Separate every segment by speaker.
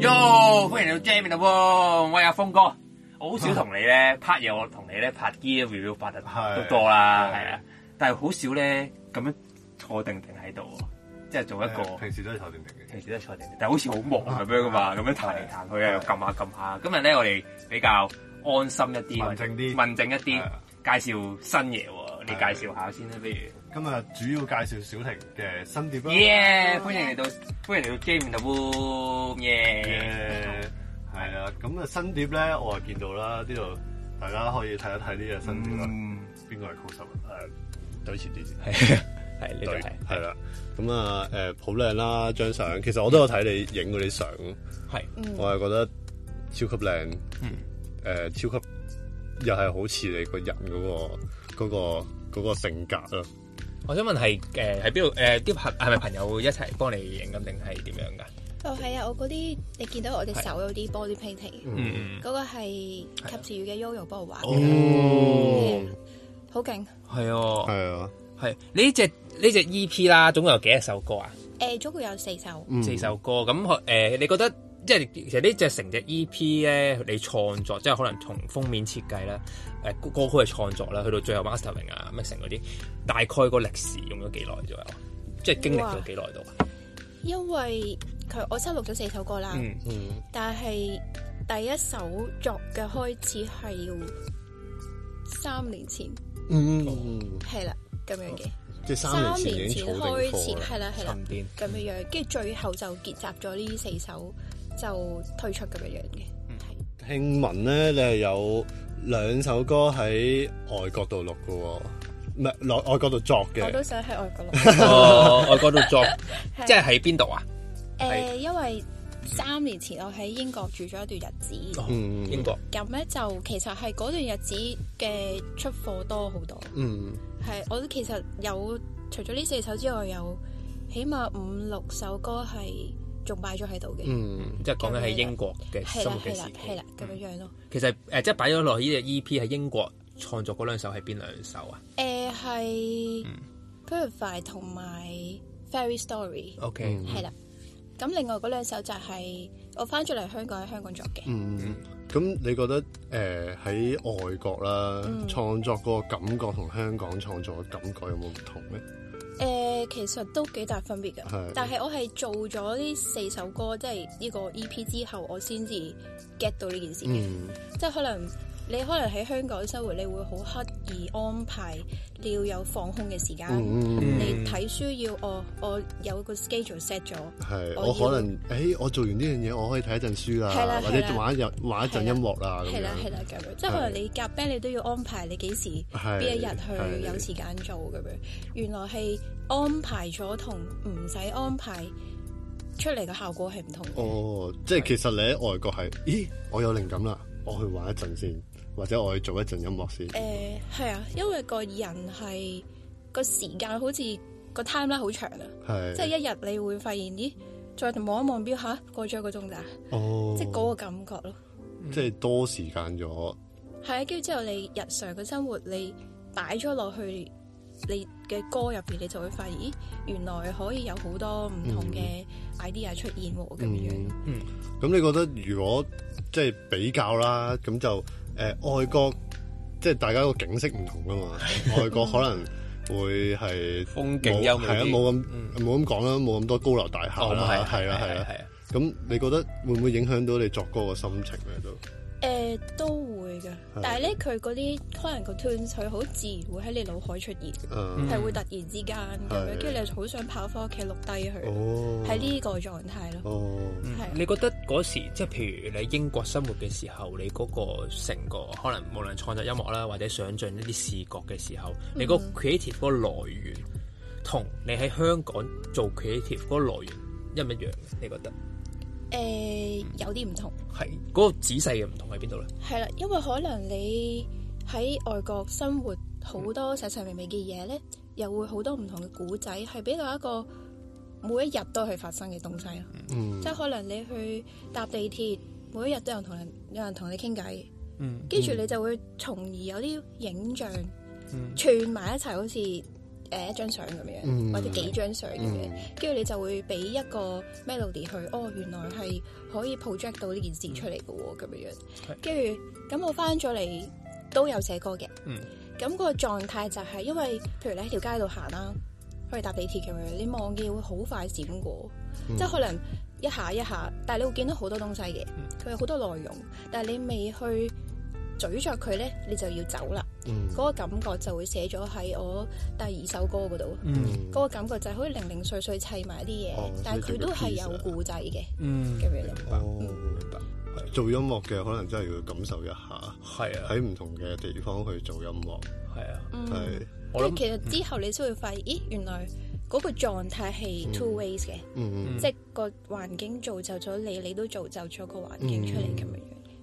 Speaker 1: Yo，歡迎嚟到 Jam in the Room，我係阿峰哥。我好少同你咧拍嘢，我同你咧拍 gear review 拍得都多啦，
Speaker 2: 啊係
Speaker 1: 係啊，但係好少咧咁樣坐定定喺度喎，即係做一個
Speaker 2: 平時都係頭啊定定嘅。
Speaker 1: 平時都係坐定定，但係好似好忙咁樣噶嘛，咁樣彈嚟彈去啊，又撳下撳下。今日咧我哋比較安心一啲，
Speaker 2: 文靜啲
Speaker 1: 文靜一
Speaker 2: 係啊
Speaker 1: 啲，介紹新嘢喎，你
Speaker 2: 係啊
Speaker 1: 介紹下先啦，不如。
Speaker 2: 今日啊主要介紹小婷嘅新碟啦。
Speaker 1: 耶！歡迎嚟到，歡迎嚟到 Jam in the Room，耶！
Speaker 2: 耶係啊，咁啊新碟咧，我啊見到啦，呢度大家可以睇一睇呢隻新碟啦。
Speaker 1: 嗯，
Speaker 2: 邊個係 cos 啊？誒，對前啲先。
Speaker 1: 係啊，係呢度
Speaker 2: 對
Speaker 1: 係。，
Speaker 2: 係啦。咁啊誒，好靚啦張相。其實我都有睇你影嗰啲相，
Speaker 1: 係
Speaker 2: 我係覺得超級靚。
Speaker 1: 嗯
Speaker 2: 誒，超級又係好似你個人嗰個嗰個嗰個性格啊咯。
Speaker 3: 我想問係誒喺邊度誒啲朋係咪朋友一齊幫你影咁定係點樣㗎？
Speaker 4: 哦，係啊！我嗰啲你見到我隻手有啲 body painting，
Speaker 3: 嗯，
Speaker 4: 嗰個係及時雨嘅 Yoyo 幫我畫嘅，
Speaker 2: 哦，
Speaker 4: 好勁！
Speaker 3: 係哦，
Speaker 2: 係啊，
Speaker 3: 係呢只呢只 EP 啦，總共有幾多首歌啊？
Speaker 4: 誒，總共有四首，
Speaker 2: 嗯
Speaker 3: 四首歌咁誒、呃你覺得即係其實呢只成隻 EP 咧，你創作即係可能從封面設計啦，誒、歌歌曲嘅創作啦，去到最後 mastering 啊 mixing 嗰啲，大概個歷時用咗幾耐左右？即係經歷咗幾耐到啊？
Speaker 4: 因為佢我收錄咗四首歌啦，
Speaker 3: 嗯，
Speaker 2: 嗯，
Speaker 4: 但係第一首作嘅開始係要三年前，
Speaker 2: 嗯，
Speaker 4: 係啦咁樣嘅，
Speaker 2: 即係三
Speaker 4: 三
Speaker 2: 年前已經儲
Speaker 4: 開
Speaker 2: 定
Speaker 4: 始
Speaker 2: 貨啦。嗯
Speaker 4: 係啦係
Speaker 3: 沉
Speaker 4: 啦
Speaker 3: 澱。
Speaker 4: 咁樣樣，跟住最後就結集咗呢四首就推出咁樣樣嘅，
Speaker 2: 嗯
Speaker 4: 係
Speaker 2: 聽聞咧，你係有兩首歌喺外國度錄嘅喎，唔係內外國度作
Speaker 4: 我都
Speaker 2: 嘅。
Speaker 4: 想喺 外國錄。
Speaker 3: 哦，外國度 作，即係喺邊度啊？
Speaker 4: 誒、
Speaker 3: 係
Speaker 4: 因為三年前我喺英國住咗一段日
Speaker 3: 哦
Speaker 4: 子，
Speaker 2: 嗯
Speaker 3: 英國。
Speaker 4: 咁咧、就其實係嗰段日子嘅出貨多好多，
Speaker 2: 嗯，
Speaker 4: 係我其實有除咗呢四首之外，有起碼五六首歌係仲擺咗喺度嘅，
Speaker 2: 嗯，
Speaker 3: 即係講緊喺英國嘅
Speaker 4: 係
Speaker 3: 生
Speaker 4: 啦
Speaker 3: 活嘅
Speaker 4: 係
Speaker 3: 時
Speaker 4: 啦
Speaker 3: 期。嗯
Speaker 4: 係啦咁樣樣咯。
Speaker 3: 其實誒、呃即係擺咗落呢隻 EP 喺英國創作嗰兩首係邊兩首啊
Speaker 4: 誒係
Speaker 3: 嗯
Speaker 4: Purify 同埋 Fairy Story
Speaker 3: ？OK，
Speaker 2: 嗯
Speaker 4: 係啦，咁另外嗰兩首就係我翻咗嚟香港喺香港作嘅。
Speaker 2: 嗯，咁你覺得誒喺、外國啦，
Speaker 4: 嗯
Speaker 2: 創作嗰個感覺同香港創作嘅感覺有冇唔同咧？
Speaker 4: 誒、呃其實都幾大分別
Speaker 2: 係
Speaker 4: 㗎，但係我係做咗呢四首歌，即係呢個 EP 之後，我先至 get 到呢件事嘅。
Speaker 2: 嗯
Speaker 4: 即係可能你可能喺香港生活，你會好刻意安排，你要有放空嘅時間，
Speaker 2: 嗯嗯，
Speaker 4: 你睇書要哦，我有個 schedule set 咗，
Speaker 2: 係、
Speaker 4: 我
Speaker 2: 我
Speaker 4: 要
Speaker 2: 可能誒、我做完呢樣嘢，我可以睇一陣書
Speaker 4: 係啦
Speaker 2: 啦，或
Speaker 4: 係啦
Speaker 2: 者玩一日玩一陣音樂啦，咁
Speaker 4: 係啦係
Speaker 2: 樣。
Speaker 4: 啦咁樣。即係可能你夾 band，你都要安排你幾時
Speaker 2: 係
Speaker 4: 邊一日
Speaker 2: 係
Speaker 4: 去有時間做咁樣。原來係安排咗同唔使安排出嚟嘅效果係唔同嘅。
Speaker 2: 哦，即係其實你喺外國係，咦，我有靈感啦，我去玩一陣先，或者我去做一陣音樂先。
Speaker 4: 誒係啊，因為個人係個時間好似個 time 啦好長啊，
Speaker 2: 係，
Speaker 4: 即係一日你會發現，咦，再望一望表嚇過咗一個鐘咋，
Speaker 2: 哦，
Speaker 4: 即係嗰個感覺咯。
Speaker 2: 即係多時間咗，
Speaker 4: 係啊，跟住之後你日常嘅生活你擺咗落去你嘅歌入邊，你就會發現，咦，原來可以有好多唔同嘅 idea 出現喎，咁樣。
Speaker 2: 嗯，咁你覺得如果即係比較啦，咁就誒、呃外國即係大家個景色唔同噶 嘛，外國可能會係
Speaker 3: 風景
Speaker 2: 冇
Speaker 3: 優美啲嗯
Speaker 2: 係啊，冇咁冇咁講啦，冇咁多高樓大廈
Speaker 3: 哦，咁
Speaker 2: 啦
Speaker 3: 係，
Speaker 2: 係啦係啦，
Speaker 3: 係啊，
Speaker 2: 咁你覺得會唔會影響到你作歌嘅心情咧都？
Speaker 4: 誒、都會㗎，但係咧佢嗰啲可能個 tune 佢好自然會喺你腦海出現。
Speaker 2: 誒，
Speaker 4: 係會突然之間咁
Speaker 2: 嗯係
Speaker 4: 樣，跟住你就好想跑翻屋企錄低佢，
Speaker 2: 哦，
Speaker 4: 喺呢個狀態咯。
Speaker 2: 哦。
Speaker 4: 係
Speaker 3: 你覺得嗰時即係譬如你英國生活嘅時候，你嗰個成個可能無論創作音樂啦，或者想像呢啲視覺嘅時候，
Speaker 4: 嗯
Speaker 3: 你個 creative 嗰個來源同你喺香港做 creative 嗰個來源一唔一樣？你覺得
Speaker 4: 誒有啲唔同，
Speaker 3: 係嗰個仔細嘅唔同喺邊度咧？
Speaker 4: 係啦，因為可能你喺外國生活好多細細微微嘅嘢咧，又會好多唔同嘅古仔，係比較一個每一日都係發生嘅東西咯。
Speaker 2: 嗯
Speaker 4: 即係可能你去搭地鐵，每一日都有人同人有人同你傾偈，
Speaker 3: 嗯
Speaker 4: 跟住你就會從而有啲影像
Speaker 3: 嗯
Speaker 4: 串埋一齊，好似一誒一張相咁樣，
Speaker 2: 嗯
Speaker 4: 或者幾張相咁樣
Speaker 2: 嗯，
Speaker 4: 跟住、你就會俾一個 melody 去，哦，原來係可以 project 到呢件事出嚟嘅喎，咁樣
Speaker 3: 係。
Speaker 4: 樣跟住咁我翻咗嚟都有寫歌嘅，咁、
Speaker 3: 嗯
Speaker 4: 個狀態就係因為譬如你喺條街度行啦，去搭地鐵咁樣，你望嘅嘢會好快閃過，
Speaker 3: 嗯
Speaker 4: 即係可能一下一下，但係你會見到好多東西嘅，
Speaker 3: 嗯
Speaker 4: 佢有好多內容，但係你未去咀嚼佢咧，你就要走啦。
Speaker 2: 嗯
Speaker 4: 嗰個感覺就會寫咗喺我第二首歌嗰度。
Speaker 3: 嗯
Speaker 4: 嗰個感覺就係好似零零碎碎砌埋啲嘢，
Speaker 2: 哦
Speaker 4: 但係佢都係有故仔嘅
Speaker 3: 嗯，
Speaker 4: 咁樣咯。
Speaker 2: 哦，
Speaker 3: 明白，
Speaker 2: 做音樂嘅可能真係要感受一下，
Speaker 3: 係啊，
Speaker 2: 喺唔同嘅地方去做音樂，
Speaker 3: 係啊，
Speaker 4: 嗯，
Speaker 2: 係
Speaker 3: 我諗
Speaker 4: 其實之後你先會發現，咦，原來嗰個狀態係 two ways 嘅，
Speaker 2: 嗯
Speaker 3: 嗯
Speaker 4: 即係個環境造就咗你，你都造就咗個環境出嚟咁樣樣。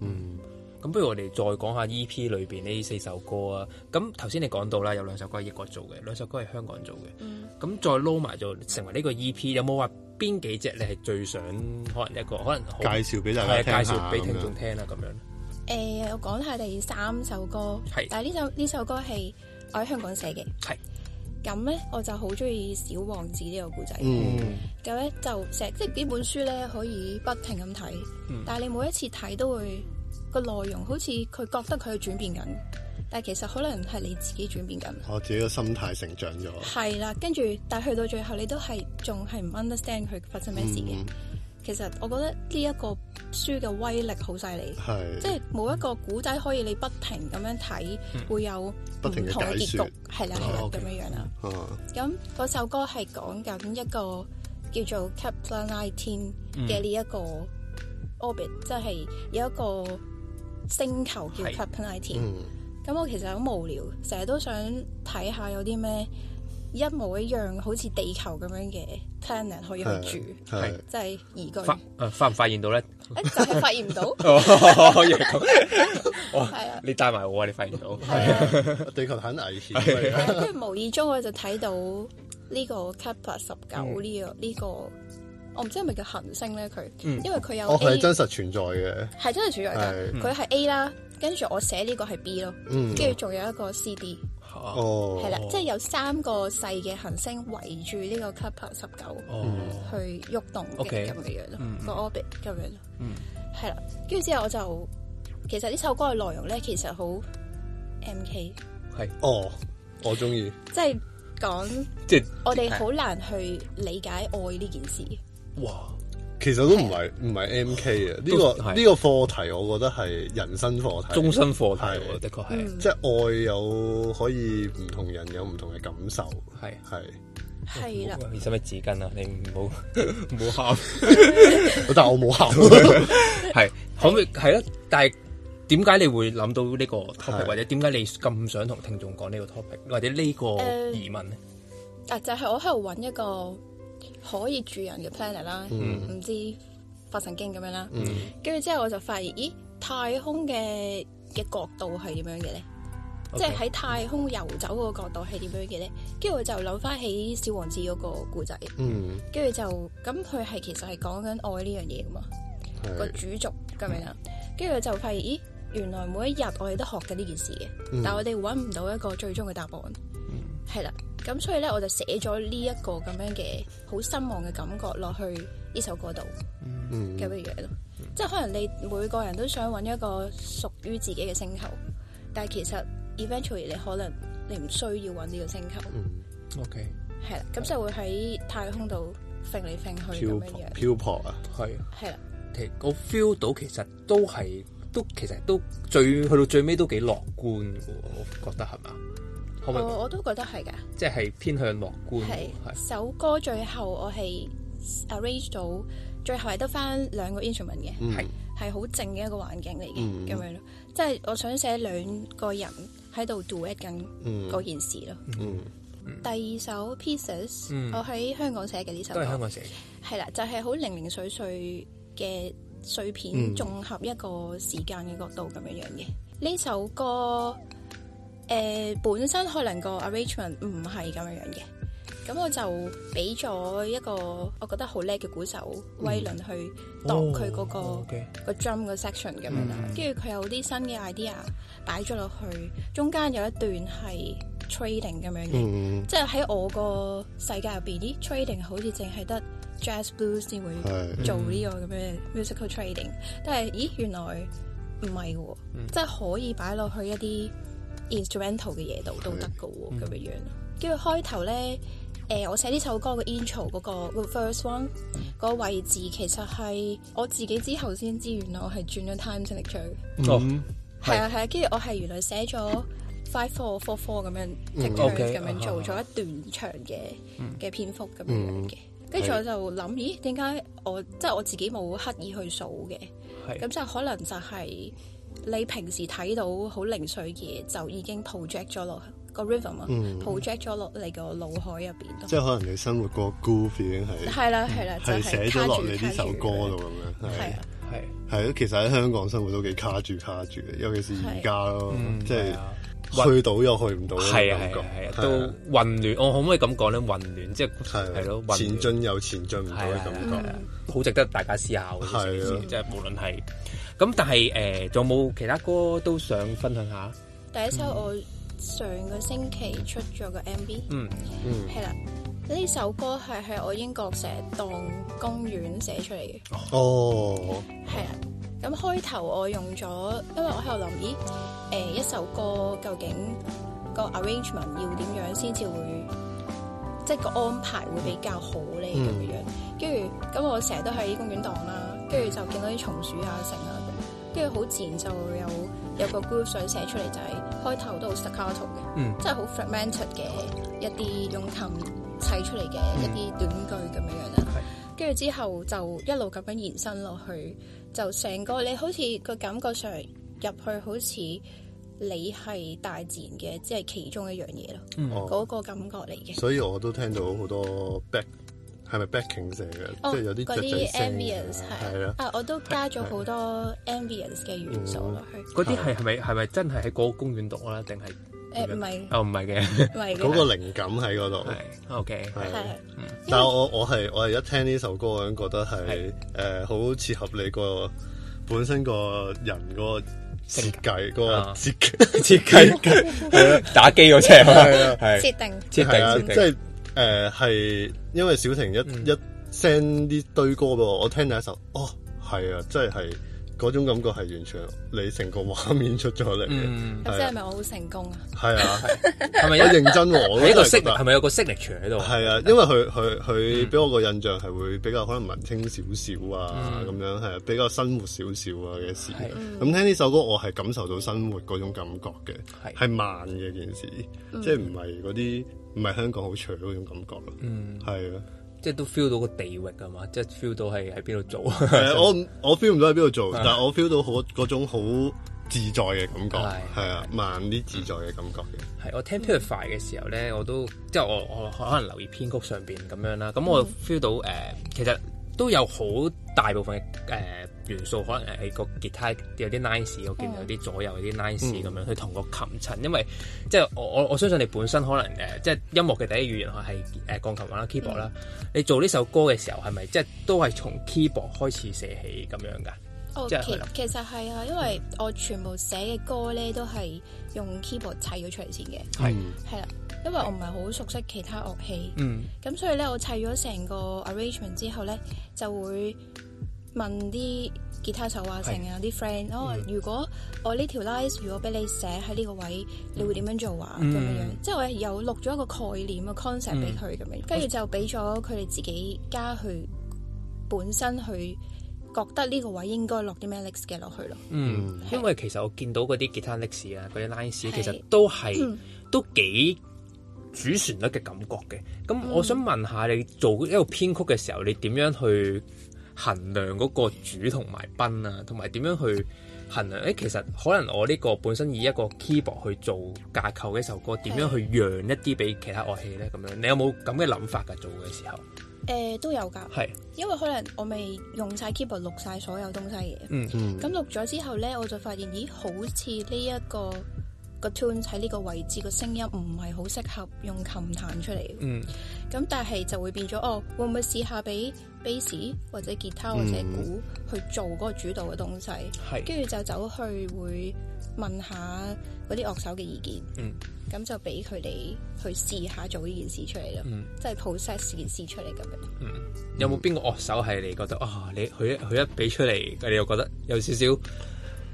Speaker 2: 嗯
Speaker 3: 咁不如我哋再講下 E.P. 裏邊呢四首歌啊。咁頭先你講到啦，有兩首歌係英國做嘅，兩首歌係香港做嘅。
Speaker 4: 嗯
Speaker 3: 咁再撈埋就成為呢個 E.P. 有冇話邊幾隻你係最想可能一個可能好
Speaker 2: 介紹俾大
Speaker 3: 係
Speaker 2: 家
Speaker 3: 啊
Speaker 2: 聽下
Speaker 3: 介紹俾聽
Speaker 2: 咁
Speaker 3: 眾
Speaker 2: 樣
Speaker 3: 聽啊咁樣？
Speaker 4: 誒，
Speaker 2: 嗯
Speaker 4: 我講下第三首歌
Speaker 3: 係，
Speaker 4: 但係呢首呢首歌係我喺香港寫嘅。
Speaker 3: 係
Speaker 4: 咁咧，我就好中意小王子呢個故仔。
Speaker 2: 嗯
Speaker 4: 咁咧就成即係呢本書咧可以不停咁睇，
Speaker 2: 嗯
Speaker 4: 但係你每一次睇都會個內容好似佢覺得佢轉變緊，但係其實可能係你自己轉變緊。
Speaker 2: 我自己嘅心態成長咗，
Speaker 4: 係啦，跟住但係去到最後你都係仲係唔 understand 佢發生咩事嘅。
Speaker 2: 嗯
Speaker 4: 其實我覺得呢一個書嘅威力好犀利。
Speaker 2: 係啊
Speaker 4: 即係冇一個古仔可以你不停咁樣睇，會有唔
Speaker 2: 嗯不
Speaker 4: 同
Speaker 2: 停
Speaker 4: 嘅
Speaker 2: 嘅
Speaker 4: 結
Speaker 2: 解
Speaker 4: 局，
Speaker 2: 說
Speaker 4: 係啦係啦
Speaker 2: 哦
Speaker 4: 咁樣樣啦。
Speaker 2: 啊
Speaker 4: 咁嗰首歌係講緊一個叫做 Kepler 19嘅
Speaker 3: 嗯
Speaker 4: 呢一個 orbit，、即係有一個星球叫
Speaker 3: 係
Speaker 4: Kepler 19。
Speaker 2: 嗯
Speaker 4: 咁我其實好無聊，成日都想睇下有啲咩一模一樣好似地球咁樣嘅 planet 可以
Speaker 2: 係
Speaker 4: 去住，
Speaker 2: 係
Speaker 4: 即係宜居。
Speaker 3: 發誒發唔發現到 咧？，
Speaker 4: 誒就係發現唔到
Speaker 3: 哦，原來咁
Speaker 2: 哦
Speaker 4: 係啊
Speaker 3: 你帶埋我啊！你發現到
Speaker 4: 係啊。
Speaker 2: 地球很危險，
Speaker 4: 跟住無意中我就睇到呢個 Kepler 十九呢個呢個，我唔知係咪叫行星咧佢，
Speaker 3: 嗯
Speaker 4: 因為佢有
Speaker 2: 我
Speaker 4: A
Speaker 2: 哦係真實存在嘅，
Speaker 4: 係真係存在㗎，佢係 A 啦，跟住我寫呢個係 B 咯，
Speaker 2: 嗯
Speaker 4: 跟住仲有一個 C、D
Speaker 3: 哦
Speaker 2: 哦
Speaker 4: 係啦，即係有三個細嘅行星圍住呢個 Kepler 十九
Speaker 3: 哦
Speaker 4: 去喐動嘅
Speaker 3: OK
Speaker 4: 咁嘅樣咯，個 orbit 咁樣咯，係啦，跟住之後我就其實呢首歌嘅內容咧其實好 M K，
Speaker 3: 係
Speaker 2: 哦，我中意，
Speaker 4: 即係講。
Speaker 3: 即係
Speaker 4: 我哋好難去理解愛呢件事。
Speaker 3: 哇！
Speaker 2: 其實都唔係唔係 M K 啊，呢
Speaker 3: 都
Speaker 2: 個
Speaker 3: 係
Speaker 2: 呢個課題我覺得係人生課題，
Speaker 3: 終身課題
Speaker 2: 係
Speaker 3: 喎，的確係
Speaker 4: 嗯
Speaker 2: 即係愛有可以唔同人有唔同嘅感受，
Speaker 3: 係。
Speaker 2: 係
Speaker 4: 係啦，
Speaker 3: 你使唔使紙巾啊？你唔好唔好喊，
Speaker 2: 但係我冇 喊，
Speaker 3: 係可唔可以係咯？但係點解你會諗到呢個
Speaker 2: 係
Speaker 3: topic，或者點解你咁想同聽眾講呢個 topic，或者呢個疑問咧？
Speaker 4: 但啊就係我喺度揾一個可以住人嘅 planet 啦，唔、知發神經咁樣啦。跟住、之後我就發現，咦，太空嘅嘅角度係點樣嘅咧？即係喺太空遊走個角度係點樣嘅咧？跟住我就諗翻起小王子嗰個故仔，
Speaker 2: 嗯，
Speaker 4: 跟住就咁佢係其實係講緊愛呢樣嘢噶嘛，個
Speaker 2: 係
Speaker 4: 主軸咁樣啦。跟住我就發現，咦，原來每一日我哋都學緊呢件事嘅，
Speaker 2: 嗯
Speaker 4: 但我哋揾唔到一個最終嘅答案。係啦，咁所以咧，我就寫咗呢一個咁樣嘅好失望嘅感覺落去呢首歌度
Speaker 2: 嗯
Speaker 4: 咁樣樣咯。即係可能你每個人都想揾一個屬於自己嘅星球，但係其實 eventually 你可能你唔需要揾呢個星球，
Speaker 2: 嗯
Speaker 3: OK，
Speaker 4: 係啦，咁就會喺太空度揈嚟揈去
Speaker 2: 漂
Speaker 4: 咁樣
Speaker 2: 泊
Speaker 4: 樣，
Speaker 2: 漂泊啊，
Speaker 3: 係啊
Speaker 4: 係啦，
Speaker 3: 其我 feel 到其實都係都其實都最去到最尾都幾樂觀嘅喎，我覺得係嘛？可唔可以講
Speaker 4: 我我都覺得係㗎。
Speaker 3: 即係偏向樂觀喎？
Speaker 4: 係首歌最後我係 arrange 到，最後係得翻兩個 instrument 嘅，
Speaker 2: 嗯
Speaker 3: 係
Speaker 4: 係好靜嘅一個環境嚟
Speaker 2: 嗯
Speaker 4: 嘅咁樣咯。即係我想寫兩個人喺度 duet 緊
Speaker 2: 嗯
Speaker 4: 嗰件事咯。
Speaker 2: 嗯
Speaker 4: 第二首 Pieces，、
Speaker 3: 嗯
Speaker 4: 我喺香港寫嘅呢首
Speaker 3: 都係香
Speaker 4: 歌，
Speaker 3: 港寫嘅。
Speaker 4: 係啦，就係好零零碎碎嘅碎片，
Speaker 2: 嗯
Speaker 4: 綜合一個時間嘅角度咁樣樣嘅。呢首歌誒、呃本身可能個 arrangement 唔係咁樣樣嘅，咁我就俾咗一個我覺得好叻嘅鼓手威倫去度佢嗰個。
Speaker 3: 嗯哦，OK 嗯
Speaker 4: 個 drum 個 section 咁樣啦，跟住佢有啲新嘅 idea 擺咗落去，中間有一段係 trading 咁樣嘅。
Speaker 2: 嗯，
Speaker 4: 即係喺我個世界入邊，啲 trading 好似淨係得 jazz blues 先會
Speaker 2: 係
Speaker 4: 做呢個咁嘅 musical trading，但係咦原來唔係嘅喎，
Speaker 2: 嗯
Speaker 4: 即係可以擺落去一啲 instrumental 嘅嘢度都得嘅
Speaker 2: 嗯
Speaker 4: 喎咁樣樣。跟住開頭咧，誒、我寫呢首歌嘅 intro 嗰、個嗰個 first one
Speaker 2: 嗯
Speaker 4: 嗰個位置，其實係我自己之後先知，原來我係轉咗 time signature 嘅。
Speaker 2: 嗯
Speaker 3: 哦，
Speaker 4: 係啊係啊，跟住我係原來寫咗 five four four four 咁樣
Speaker 2: 嗯
Speaker 4: take turns
Speaker 3: OK，
Speaker 4: 咁樣做
Speaker 3: 啊
Speaker 4: 咗一段長嘅嘅篇幅咁樣
Speaker 2: 嗯
Speaker 4: 樣嘅，跟住我就諗，咦點解我即係我自己冇刻意去數嘅，咁
Speaker 3: 係
Speaker 4: 就可能就係你平時睇到好零碎嘅嘢，就已經 project 咗落個 rhythm 啊，project 咗落你個腦海入邊
Speaker 2: 嗯即
Speaker 4: 咯。
Speaker 2: 係可能你生活嗰個 groove 已經係
Speaker 4: 係啦係啦，就
Speaker 2: 係寫
Speaker 4: 係
Speaker 2: 咗
Speaker 4: 卡
Speaker 2: 落
Speaker 4: 住
Speaker 2: 你呢首歌度嗯咁
Speaker 4: 卡
Speaker 2: 樣，
Speaker 4: 住
Speaker 2: 係
Speaker 4: 係啊。
Speaker 3: 係，
Speaker 2: 係咯，其實喺香港生活都幾卡住卡住嘅，尤其是而家咯，嗯即係
Speaker 3: 係啊
Speaker 2: 去到又去唔到嗰
Speaker 3: 係啊
Speaker 2: 種感
Speaker 3: 係
Speaker 2: 覺，
Speaker 3: 啊係啊，都混亂。我可唔可以咁講咧？混亂即係
Speaker 2: 係啊
Speaker 3: 係咯，混
Speaker 2: 前
Speaker 3: 亂
Speaker 2: 進又前進唔到嘅感
Speaker 3: 係
Speaker 2: 覺。
Speaker 3: 啊好值得大家思考嘅成件
Speaker 2: 係
Speaker 3: 事
Speaker 2: 啊，
Speaker 3: 即係無論係咁，但係誒，仲有冇其他歌都想分享下？
Speaker 4: 第一首我上個星期出咗個 MV。
Speaker 3: 嗯，
Speaker 4: 係啦，呢首歌係喺我英國成日當公園寫出嚟嘅，
Speaker 2: 哦，
Speaker 4: 係啦。咁開頭我用咗，因為我喺度諗，咦，誒、一首歌究竟個 arrangement 要點樣先至會，即係個安排會比較好咧咁樣樣。跟住咁我成日都喺公園蕩啦，跟住就見到啲松鼠啊、成啊，跟住好自然就有有個 group 想寫出嚟，就係、開頭都好 staccato 嘅，
Speaker 3: 嗯
Speaker 4: 即係好 fragmented 嘅一啲用琴砌出嚟嘅一啲短句咁樣樣啦。跟住之後就一路咁樣延伸落去，就成個你好似個感覺上入去好似你係大自然嘅，即係其中一樣嘢咯，嗰、
Speaker 2: 哦，
Speaker 4: 個感覺嚟嘅。
Speaker 2: 所以我都聽到好多 back 係咪 backing 寫嘅，
Speaker 4: 哦，
Speaker 2: 即係有啲
Speaker 4: 嗰
Speaker 2: 雀仔
Speaker 4: 啲
Speaker 2: 聲
Speaker 4: ambience
Speaker 2: 啊係嗯
Speaker 4: 係
Speaker 2: 啦，
Speaker 4: 啊，我都加咗好多 ambience 嘅元素落去。
Speaker 3: 嗰啲係係咪係咪真係喺嗰個公園度啦？定係
Speaker 4: 誒唔係
Speaker 3: 哦，唔係嘅，
Speaker 4: 唔係
Speaker 2: 嗰
Speaker 4: 嘅，
Speaker 2: 個靈感喺嗰度。
Speaker 3: 係 OK，
Speaker 2: 係
Speaker 4: 係啊
Speaker 2: 但係我我係我係一聽呢首歌，我已經覺得係誒好切合你個本身個人嗰個設計嗰個
Speaker 3: 啊
Speaker 2: 設計。
Speaker 3: 設 計打機嗰只係係
Speaker 4: 設定
Speaker 3: 設定
Speaker 2: 係啊，
Speaker 3: 設嗯定，
Speaker 2: 即係誒係，因為小婷一、一 send 啲堆歌俾我，我聽第一首，哦，係啊，即係係嗰種感覺係完全你成個畫面出咗嚟嘅，
Speaker 3: 嗯，
Speaker 4: 咁即係咪我好成功啊？
Speaker 2: 係啊，
Speaker 3: 係咪
Speaker 2: 我
Speaker 3: 有
Speaker 2: 認真喎，我
Speaker 3: 係一個
Speaker 2: 都
Speaker 3: 色
Speaker 2: 係覺
Speaker 3: 係
Speaker 2: 得。
Speaker 3: 咪有個 signature 喺度？
Speaker 2: 係啊，因為佢佢佢俾我個印象係會比較可能文青少少啊，咁樣係啊比較生活少少啊嘅事。
Speaker 3: 嗯係
Speaker 2: 咁聽呢首歌，我係感受到生活嗰種感覺嘅，
Speaker 3: 係嗯
Speaker 2: 係慢嘅件事，即係唔係嗰啲唔係香港好長嗰種感覺咯。
Speaker 3: 嗯，
Speaker 2: 係啊。
Speaker 3: 即係都 feel 到個地域啊嘛，即係 feel 到 係啊喺邊度做，
Speaker 2: 誒，我唔我 feel 唔到喺邊度做，但係我 feel 到好嗰種好自在嘅感覺，
Speaker 3: 係
Speaker 2: 係啊，慢啲自在嘅感覺嘅，
Speaker 3: 係我聽 Purify 嘅時候咧，我都即係我我可能留意編曲上邊咁樣啦，咁我 feel 到誒、呃其實都有好大部分嘅誒、呃元素，可能係個吉他有啲 nice，我見有啲左右有啲 nice 咁樣，去同個琴襯，因為即係我我我相信你本身可能誒、呃即係音樂嘅第一語言係誒呃鋼琴玩啦 keyboard 啦，你做呢首歌嘅時候係咪即係都係從 keyboard 開始寫起咁樣㗎？
Speaker 4: 哦，
Speaker 3: 即係係
Speaker 4: 其
Speaker 3: 啦
Speaker 4: 其實係啊，因為我全部寫嘅歌咧都係用 keyboard 砌咗出嚟先嘅，
Speaker 3: 係
Speaker 4: 係啦，因為我唔係好熟悉其他樂器，
Speaker 3: 嗯
Speaker 4: 咁所以咧我砌咗成個 arrangement 之後咧就會問啲吉他手啊、成啊啲 friend，哦，
Speaker 3: 嗯
Speaker 4: 如果我呢條 line 如果俾你寫喺呢個位，你會點樣做啊？
Speaker 3: 嗯
Speaker 4: 咁樣樣，即係我係有錄咗一個概念嘅 concept 俾佢咁樣，跟住就俾咗佢哋自己加去本身去覺得呢個位應該落啲咩 licks 嘅落去咯。
Speaker 3: 嗯，
Speaker 4: 係
Speaker 3: 因為其實我見到嗰啲吉他 licks 啊，嗰啲 lines 其實
Speaker 4: 係
Speaker 3: 都係都幾主旋律嘅感覺嘅。咁我想問下你做一個編曲嘅時候，你點樣去衡量嗰個主同埋賓啊，同埋點樣去衡量？誒、其實可能我呢個本身以一個 keyboard 去做架構嘅一首歌，點樣去讓一啲俾其他樂器咧？咁樣你有冇咁嘅諗法㗎？做嘅時候
Speaker 4: 誒、都有㗎，
Speaker 3: 係
Speaker 4: 因為可能我未用晒 keyboard 錄晒所有東西嘅。
Speaker 3: 嗯
Speaker 4: 咁錄咗之後咧，我就發現，咦，好似呢一個個 tune 喺呢個位置個聲音唔係好適合用琴彈出嚟。
Speaker 3: 嗯
Speaker 4: 咁但係就會變咗，哦，會唔會試下俾 bass 或者吉他或者鼓去做嗰個主導嘅東西？
Speaker 3: 係
Speaker 4: 跟住就走去會問下嗰啲樂手嘅意見，
Speaker 3: 嗯
Speaker 4: 咁就俾佢哋去試下做呢件事出嚟咯，
Speaker 3: 嗯
Speaker 4: 即係 process 件事出嚟咁樣。
Speaker 3: 有冇邊個樂手係你覺得啊？你佢一佢一俾出嚟，你又覺得有少少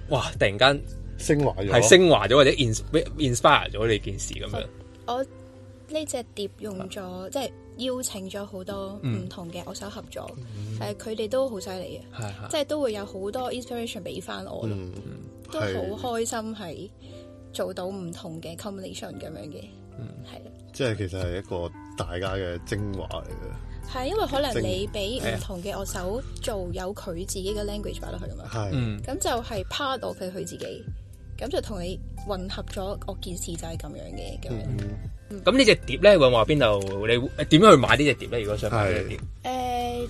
Speaker 3: 哇！突然間
Speaker 2: 升華咗，
Speaker 3: 係升華咗，或者 insp- inspire 咗你件事咁樣。
Speaker 4: 我呢只碟用咗，即係邀請咗好多唔同嘅樂手合作，誒佢哋都好犀利嘅，
Speaker 3: 係係
Speaker 4: 即係都會有好多 inspiration 俾翻我咯，
Speaker 2: 嗯，
Speaker 4: 都
Speaker 2: 係
Speaker 4: 好開心係做到唔同嘅 combination 咁樣嘅，係啦。
Speaker 2: 即係其實係一個大家嘅精華嚟嘅，
Speaker 4: 係因為可能
Speaker 2: 正
Speaker 4: 你俾唔同嘅樂手做有佢自己嘅 language 擺落去噶嘛，
Speaker 2: 係、
Speaker 3: 嗯
Speaker 4: 咁就係 part of 佢佢自己，咁就同你混合咗我件事就係咁樣嘅咁樣。
Speaker 3: 咁呢只碟咧，會話邊度？你會點樣去買呢只碟咧？如果想買呢隻碟，
Speaker 4: 誒呃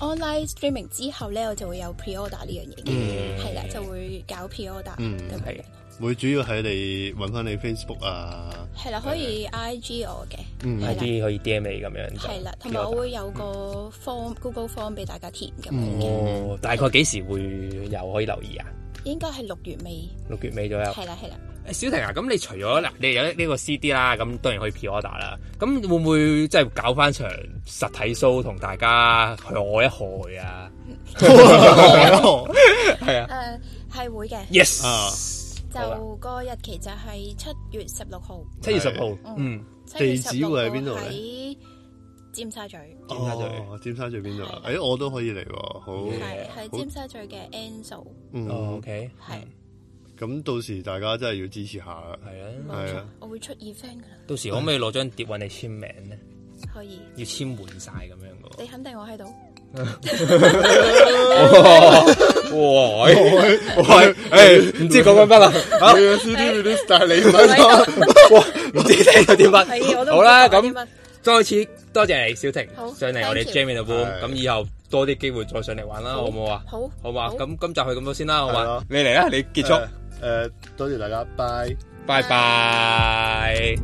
Speaker 4: online streaming 之後咧，我就會有 pre order 呢樣嘢
Speaker 2: 嗯
Speaker 4: 嘅，係啦，就會搞 pre order 咁樣
Speaker 3: 係。啊
Speaker 2: 會主要喺你揾翻你 Facebook 啊，嗯
Speaker 4: 係啦，可以 IG 我嘅，
Speaker 3: 係
Speaker 4: 係啦，
Speaker 3: 啲可以 DM 你咁樣就。
Speaker 4: 係啦，同埋我會有個 form Google form 俾大家填咁
Speaker 2: 嗯
Speaker 4: 樣嘅，
Speaker 3: 哦，大概幾時會有可以留意啊？
Speaker 4: 應該係六月尾，
Speaker 3: 六月尾左
Speaker 2: 啊
Speaker 3: 右。
Speaker 4: 係啦係啦。
Speaker 3: 誒小婷啊，咁你除咗嗱，你有呢個 CD 啦，咁當然可以 pre order 啦。咁會唔會即係搞翻場實體 show 同大家去賀一賀啊
Speaker 4: 誒係會呃嘅。
Speaker 2: 啊
Speaker 3: ？Yes，好啦
Speaker 4: 就個日期就係七月十六號，
Speaker 3: 七月十號，
Speaker 4: 哦
Speaker 3: 嗯，
Speaker 4: 7月
Speaker 2: 地
Speaker 4: 16
Speaker 2: 址會喺邊度呢
Speaker 4: 喺尖沙咀，係
Speaker 3: 尖沙咀
Speaker 2: 哦尖沙咀邊度啊？誒、
Speaker 4: 係
Speaker 2: 我都可以嚟喎，好，
Speaker 4: 喺尖沙咀嘅 Anso，
Speaker 3: 哦
Speaker 2: 嗯，
Speaker 3: ，OK，
Speaker 4: 係
Speaker 2: 咁到時大家真係要支持下啦，
Speaker 3: 係啦。
Speaker 4: 冇
Speaker 2: 係
Speaker 4: 錯
Speaker 2: 啊，
Speaker 4: 我會出 event 噶啦，
Speaker 3: 到時可唔可以攞張碟揾你簽名咧？
Speaker 4: 可以，
Speaker 3: 要簽滿晒咁樣噶
Speaker 4: 你肯定我喺 度，
Speaker 3: 喎。哇！喂，
Speaker 2: 哎
Speaker 3: 誒，唔知講緊乜啦？啊
Speaker 2: 你嘅 CD release，但 係你唔喺度
Speaker 3: 唔知聽咗啲
Speaker 4: 係我
Speaker 3: 乜？
Speaker 4: 都
Speaker 3: 好啦，咁。
Speaker 4: 咁
Speaker 3: 再次多謝你小婷
Speaker 4: 好
Speaker 3: 上嚟我哋
Speaker 4: thank
Speaker 3: Jam in
Speaker 4: you
Speaker 3: the Room，
Speaker 2: 係
Speaker 3: 咁以後多啲機會再上嚟玩啦，好唔好啊？
Speaker 4: 好
Speaker 3: 好嘛，
Speaker 4: 好
Speaker 3: 咁今集去咁多先啦，好
Speaker 2: 係
Speaker 3: 嘛
Speaker 2: 啊？
Speaker 3: 你嚟啦，你結束，
Speaker 2: 誒誒多謝大家，拜。
Speaker 3: 拜拜。